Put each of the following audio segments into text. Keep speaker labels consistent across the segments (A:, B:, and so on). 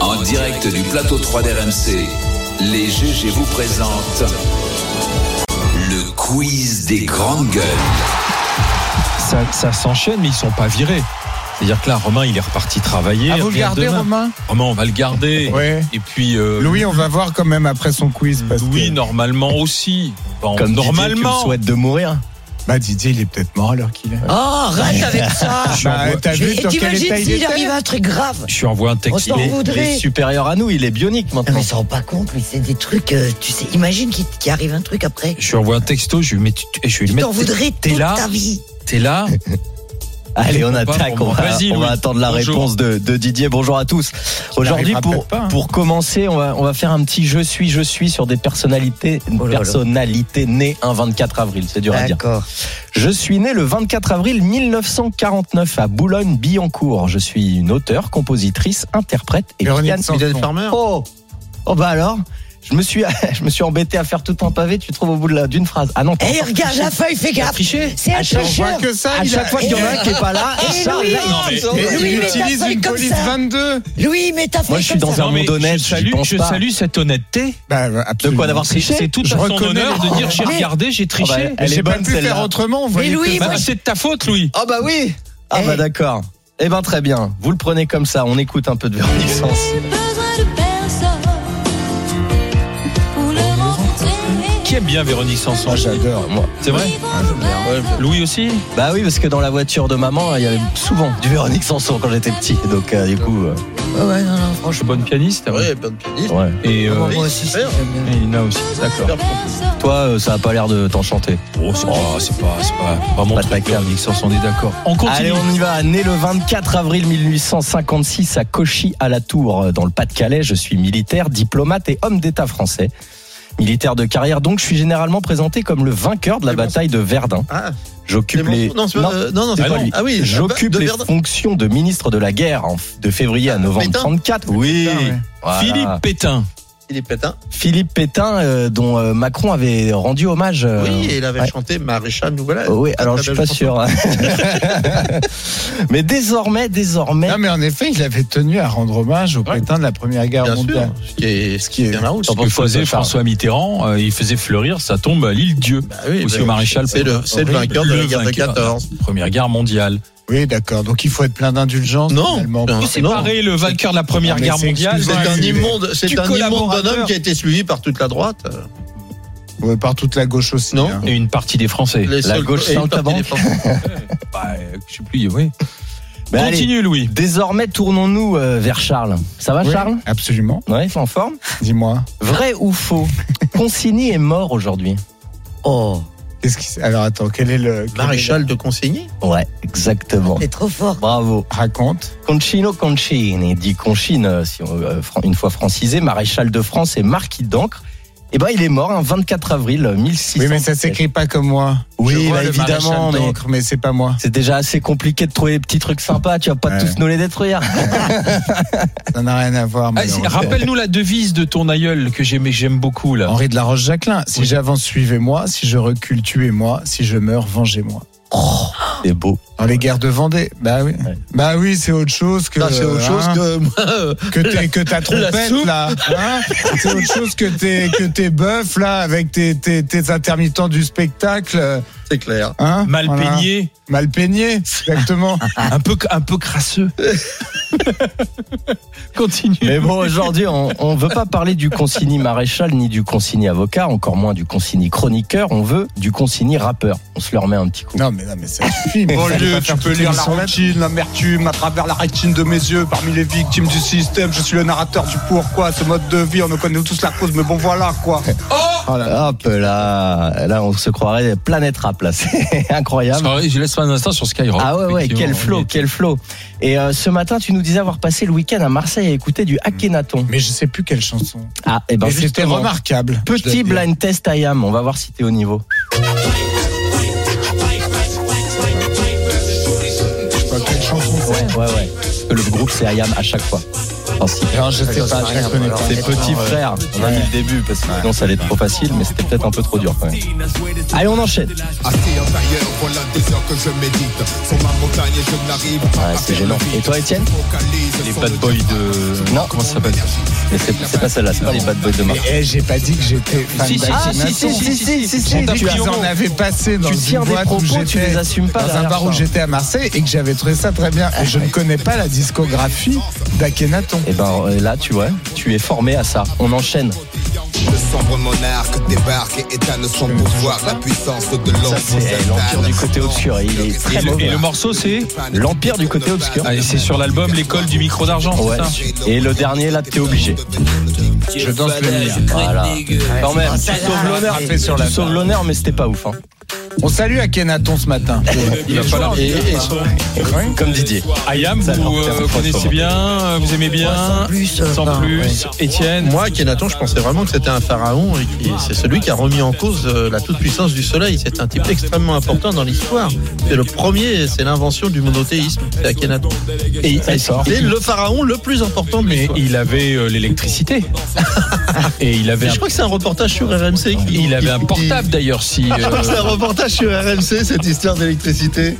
A: En direct du plateau 3 d'RMC, les GG vous présentent le quiz des grandes gueules.
B: ça, ça s'enchaîne, mais ils sont pas virés. C'est-à-dire que là, Romain, il est reparti travailler.
C: Ah, vous
B: Regarde
C: le
B: demain.
C: gardez, Romain
B: Romain, on va le garder.
C: Ouais.
B: Et puis euh,
C: Louis, on va voir quand même après son quiz. Parce
B: Louis,
C: que-
B: normalement aussi. Bon,
D: Comme
B: normalement.
D: souhaite de mourir.
C: Bah, Didier, il est peut-être mort alors qu'il est.
E: Oh, arrête avec ça
C: Bah, t'as vu
E: Et
C: dans quel
E: T'imagines
C: état il
E: s'il arrive
C: était
E: un truc grave
B: Je suis envoyé un
E: On
B: texte.
E: s'en
B: Il est-
D: Il est
E: voudrait
D: supérieur à nous, il est bionique
E: Non, mais
D: maintenant.
E: ils s'en rendent pas compte, mais c'est des trucs, euh, tu sais, imagine qu'il qu'il arrive un truc après.
B: Je lui envoie un texto, je lui mets, tu- tu- je vais lui
E: Tu t'en
B: mettre,
E: voudrais
B: t'es
E: toute
B: là
E: ta vie.
B: t'es là,
D: Allez, on
B: Pas
D: attaque.
B: pour
D: On
B: moi.
D: va,
B: Vas-y,
D: on va
B: Louis.
D: attendre la
B: Bonjour.
D: réponse de, de Didier. Bonjour à tous. Aujourd'hui,
C: arrivera
D: pour,
C: peut-être pas, hein.
D: pour commencer, on va, on va faire un petit je suis, je suis sur des personnalités,
E: Oh là là.
D: personnalités nées un 24 avril. C'est dur à dire.
E: D'accord.
D: Je suis né le 24 avril 1949 à Boulogne-Billancourt. Je suis une auteure, compositrice, interprète et
C: Véronique
D: pianiste.
C: Sanson. Mylène Farmer
D: Oh, oh bah alors je me, suis, je me suis embêté à faire tout un pavé, tu trouves au bout de la- d'une phrase. Ah non, t'as
E: Eh,
D: encore
E: regarde
D: triché.
E: la feuille, fais
D: T'as
E: gaffe
D: triché
E: C'est un
D: Attends,
C: On voit
E: chercheur
C: que ça.
D: À
C: il
D: chaque
C: a-
D: fois qu'il y en a un qui est pas là,
E: Eh,
D: ça,
E: Louis,
D: là,
E: Non, mais-
D: ils sont-
C: Et
E: Louis,
C: lui, il
E: mais ta
C: utilise
E: feuille
C: une
E: comme
C: police
E: ça.
C: 22.
E: Louis, mais t'as fait
D: Moi, je suis
E: comme
D: dans
E: ça.
D: un monde
B: je
D: honnête, j'y
B: salue,
D: pense
B: je
D: pas.
B: salue cette honnêteté.
C: Bah,
D: eh, De
C: absolument.
D: quoi d'avoir triché
B: C'est tout
C: Je
B: à son
C: reconnais.
B: honneur de dire j'ai
E: Mais-
B: regardé, j'ai
D: Ah bah,
B: triché.
D: Elle
C: J'ai
D: est
C: pas
D: bonne
C: pu faire
D: celle-là.
C: autrement. on
E: Mais
C: voyait
E: Louis,
C: que-
E: moi,
B: Bah, c'est de ta faute, Louis.
D: Ah bah oui Ah bah
E: Eh.
D: d'accord. Eh ben très bien, vous le prenez comme ça, on écoute un peu de Véronique Sanson.
F: besoin de personne pour le rencontrer.
B: Qui aime bien Véronique Sanson
C: Moi, j'adore.
D: Moi.
B: C'est vrai Ah, Louis aussi
D: Bah oui, parce que dans la voiture de maman, il y avait souvent du Véronique Sanson quand j'étais petit. Donc euh, du coup, euh,
E: Ouais, ouais, non, non,
B: Je suis bonne pianiste.
G: Ouais, il y a plein de pianistes.
D: ouais.
B: Et euh,
E: franchement, Oh, moi aussi, c'est
G: super.
E: bien.
B: et Lina aussi.
F: Besoin de personne.
D: Toi, euh, ça a pas l'air de t'enchanter.
B: Oh, c'est oh, c'est pas, c'est pas, pas mon
D: Pas
B: truc, hein.
D: ta cam.
B: Véronique Sanson, on est d'accord. On continue.
D: Allez, on y va. Né le 24 avril 1856 à Cauchy à la Tour, euh, dans le Pas-de-Calais, je suis militaire, diplomate et homme d'État français. Militaire de carrière, donc je suis généralement présenté comme le vainqueur de la
G: Clémenceau.
D: bataille de Verdun.
G: Ah,
D: J'occupe
G: Clémenceau.
D: les
G: Non, c'est pas- euh, non, non, c'est
D: Ah
G: pas
D: non.
G: lui. Ah oui,
D: J'occupe
G: de
D: les
G: Verdun. Ah,
D: fonctions de ministre de la guerre en f- de février à novembre
G: Pétain
D: 34. Oui.
C: Pétain, ouais.
D: Voilà.
B: Philippe Pétain.
G: Il est pétain.
D: Philippe Pétain, euh, dont euh, Macron avait rendu hommage. euh,
G: Oui, et il avait
D: ouais.
G: chanté Maréchal Nouvelle.
D: Euh, oui, alors je
G: très
D: suis pas
G: belle
D: sûr. mais désormais, désormais,
C: Non, mais en effet, il avait tenu à rendre hommage au
G: Ouais.
C: pétain de la Première Guerre
G: Bien
C: mondiale.
G: sûr. Ce qui est, ce qui est bien la route.
B: Ce que faisait François Mitterrand, euh, il faisait fleurir, ça tombe à l'île Dieu.
G: Bah oui,
B: Aussi
G: bah,
B: au maréchal.
G: C'est le, c'est le
B: Horrible.
G: vainqueur de la
B: Le
G: guerre de Ah,
B: vainqueur.
G: 14.
B: Première guerre mondiale.
C: Oui, d'accord. Donc il faut être plein d'indulgence.
G: Non,
C: finalement.
G: non.
B: C'est pareil, le vainqueur de la Première
C: Non, mais
B: Guerre
C: c'est
B: mondiale.
G: C'est
C: excusable.
B: Ah, Ouais.
G: un immonde,
B: Du
G: c'est un immonde
B: collaborateur.
G: bonhomme qui a été suivi par toute la droite.
C: Ouais, par toute la gauche aussi.
G: Non.
C: hein.
B: Et une partie des Français.
G: Les seuls-
D: gauche
G: et une
D: sans le
G: partie
D: tabac.
G: des Français.
B: Bah, euh, je sais plus, oui.
D: bah, allez,
B: Continue, Louis.
D: désormais tournons-nous euh, vers Charles. Ça va,
C: Oui,
D: Charles
C: Absolument.
D: Ouais, en forme.
C: Dis-moi.
D: Vrai ou faux Consigny est mort aujourd'hui.
E: Oh,
C: Qu'est-ce qui... Alors attends, quel est le. quel est le-
G: Maréchal de Consigny.
D: Ouais, exactement.
E: t'es trop fort.
D: Bravo.
C: Raconte.
D: Concino Concini, dit Conchine, euh, si on- euh, fran- une fois francisé, maréchal de France et marquis d'Ancre. Eh ben, il est mort un 24 avril euh, 1600.
C: Oui, mais ça s'écrit pas comme moi.
D: Oui,
C: Je vois
D: bah,
C: le
D: évidemment,
C: maréchal
D: mais-
C: d'Ancre, mais c'est pas moi.
D: C'est déjà assez compliqué de trouver des petits trucs sympas. Tu vas pas
C: Ouais.
D: tous nous les détruire.
C: Ça n'a rien à voir.
B: Ah, c'est-
C: malheureusement.
B: Rappelle-nous la devise de ton aïeul que j'aimais, j'aime beaucoup, là.
C: Henri de la Roche-Jacquelin. Si
B: Oui.
C: j'avance, suivez-moi. Si je recule, tuez-moi. Si je meurs, vengez-moi.
D: C'est beau.
C: Dans les guerres de Vendée. Bah oui.
D: Ouais.
C: Bah oui, c'est autre chose que.
G: Ça, Ah, c'est autre chose
C: hein,
G: que moi. euh,
C: que t'es- que ta trompette
G: soupe.
C: là, hein c'est autre chose que tes que tes bœufs là avec tes, tes, tes intermittents du spectacle,
G: C'est clair.
C: hein
B: Mal
C: Voilà.
B: peigné,
C: mal peigné, exactement.
H: Ah,
B: un peu, un peu crasseux. Continue.
D: Mais bon, aujourd'hui, on ne veut pas parler du consigny maréchal ni du consigny avocat, encore moins du consigny chroniqueur. On veut du consigny rappeur. On se le remet un petit coup.
C: non mais non mais ça suffit. mais
H: Mon
C: ça va
H: Dieu,
C: pas
H: tu
C: faire
H: peux
C: toute
H: lire la
C: l'émission là-dessus.
H: routine, l'amertume à travers la rétine de mes yeux. Parmi les victimes du système, je suis le narrateur du pourquoi. Ce mode de vie, on en connaît tous la cause, mais bon voilà quoi.
B: Oh
D: Hop là, là, on se croirait planète rap là. C'est incroyable.
B: Sorry, Je laisse pas un instant sur Skyrock.
D: Ah ouais, ouais, quel
B: Effectivement, on
D: flow,
B: est-
D: quel flow. Et euh, ce matin, tu nous disais avoir passé le week-end à Marseille à écouter du Akhenaton.
C: Mais je sais plus quelle chanson.
D: Ah, et ben
C: Mais c'était
D: justement,
C: remarquable. je
D: petit
C: dois dire.
D: blind test I am. On va voir si t'es au niveau.
C: Je sais pas quelle chanson.
D: Ouais, ouais, ouais.
B: Le groupe
D: groupe c'est Ayam à chaque fois. Francis.
C: Non, je sais pas, je la connais pas.
D: C'est petit frère. euh, On a mis le début parce que sinon ça allait être trop facile, mais c'était peut-être un peu trop dur quand même. Allez, on enchaîne.
I: Assis intérieur, voilà des heures que je médite. Sur ma montagne, et je n'arrive pas
D: Ouais,
I: à
D: c'est
I: faire
D: gênant.
I: le vide.
D: Et toi, Étienne
I: Focalise
B: Les
I: sur
B: bad
I: le
B: boys de.
D: Non.
B: Comment ça s'appelle
D: Mais c'est c'est pas celle-là, c'est pas les bad boys de Marseille.
C: Eh, j'ai pas dit que j'étais fan
B: Si, si,
C: d'Alcine
B: si, si,
C: Nathan.
B: si, si, si, si,
D: tu as-
C: Tu
D: tu
C: en avais passé dans
D: tu tiens
C: une
D: des
C: boîte où
D: propos, tu
C: j'étais
D: les assumes pas
C: dans un
D: derrière
C: bar où
D: toi.
C: j'étais à Marseille et que j'avais trouvé ça très bien. Et je ne connais pas la discographie d'Akenaton.
D: Et ben euh, là, tu vois, tu es formé à ça. On enchaîne.
I: Le sombre monarque débarque et éteint son pouvoir, la puissance de l'ombre.
D: c'est l'Empire du côté obscur, et il est très
B: Et le- et le
D: mauvais.
B: morceau, c'est
D: L'Empire du côté obscur.
B: Ah, et c'est sur l'album L'école du micro d'argent, c'est
D: Ouais.
B: ça Ah,
D: Et le dernier, là, t'es obligé.
C: Je danse le mien.
D: Voilà. Quand même, tu sauves l'honneur.
C: Frappé sur la
D: Tu sauves l'honneur, mais c'était pas ouf. hein.
C: On salue Akenaton ce matin.
B: Il va falloir.
D: Et- et- Comme Didier.
B: Ayam,
D: Ça
B: vous
D: leur tient
B: euh,
D: pas trop.
B: connaissez bien, euh, vous aimez bien.
E: sans plus, euh,
B: Sans
E: non,
B: plus. Étienne.
G: Moi, Kenaton, je pensais vraiment que c'était un pharaon et qui- c'est celui qui a remis en cause euh, la toute-puissance du soleil. C'est un type extrêmement important dans l'histoire. C'est le premier, c'est l'invention du monothéisme. C'est Akhenaton.
D: Et il- il sort.
G: C'est le pharaon le plus important de
B: Mais
G: l'histoire.
B: il avait euh, l'électricité. Et il avait
G: Mais
B: un,
G: Je crois que c'est un reportage sur RMC. qui-
B: il avait un
G: qui-
B: portable d'ailleurs. Si,
G: Je crois
B: euh,
G: que Ah, c'est un reportage sur RMC, cette histoire d'électricité.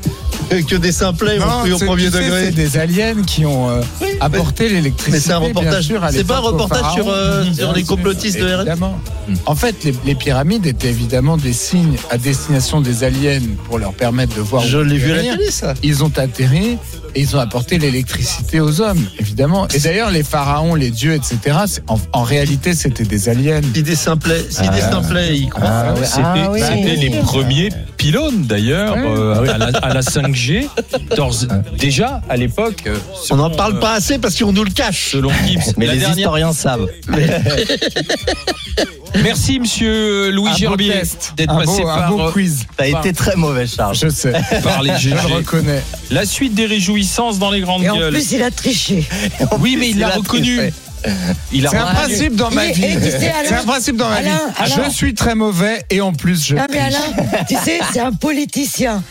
G: Et Que des simplets ont
C: Non,
G: pris au
C: c'est-
G: premier
C: tu sais,
G: degré.
C: C'est des aliens qui ont euh, apporté l'électricité.
G: Mais c'est un
C: bien
G: reportage.
C: sûr, à
G: C'est pas un
C: l'époque aux
G: reportage
C: pharaons.
G: sur, euh,
C: Mmh.
G: sur les complotistes de Hmm. RN.
C: Évidemment. En fait, les, les pyramides étaient évidemment des signes à destination des aliens pour leur permettre de voir.
G: Je
C: où
G: l'ai
C: ils
G: vu à la
C: venaient.
G: télé, ça.
C: Ils ont atterri et ils ont apporté l'électricité aux hommes, évidemment. Et d'ailleurs, les pharaons, les dieux, etc. c'est- En, en réalité, c'était des aliens.
G: Si des simplets, si des simplets, y croient.
D: Ah ouais,
B: C'était
D: ah oui.
B: c'était les premiers pylônes d'ailleurs
C: Ouais.
B: euh, à, la, à la 5G. d'ores- déjà à l'époque, euh,
G: On
B: selon,
G: n'en parle
B: euh,
G: pas assez parce qu'on nous le cache.
B: selon Gibbs.
D: Mais
B: La
D: les
B: dernière-
D: historiens savent.
B: Merci Monsieur euh, Louis
C: Un beau
B: Gerbier
C: test.
B: d'être
C: un
B: passé
C: beau, un
B: par,
C: beau
B: euh,
C: quiz.
D: T'as été très mauvais, Charles.
C: Je sais,
B: par les
C: je
B: GG.
C: le reconnais.
B: La suite des réjouissances dans les grandes
E: Et en
B: gueules.
E: plus, il a triché.
B: oui, mais il l'a reconnu. Il a
C: C'est un
B: reconnu.
C: principe dans ma
E: Et- et
C: vie.
E: tu sais, Alain-
C: C'est un principe dans ma vie.
E: Alain, Alain.
C: Je suis très mauvais et en plus je.
E: Ah mais Alain, tu sais, c'est un politicien.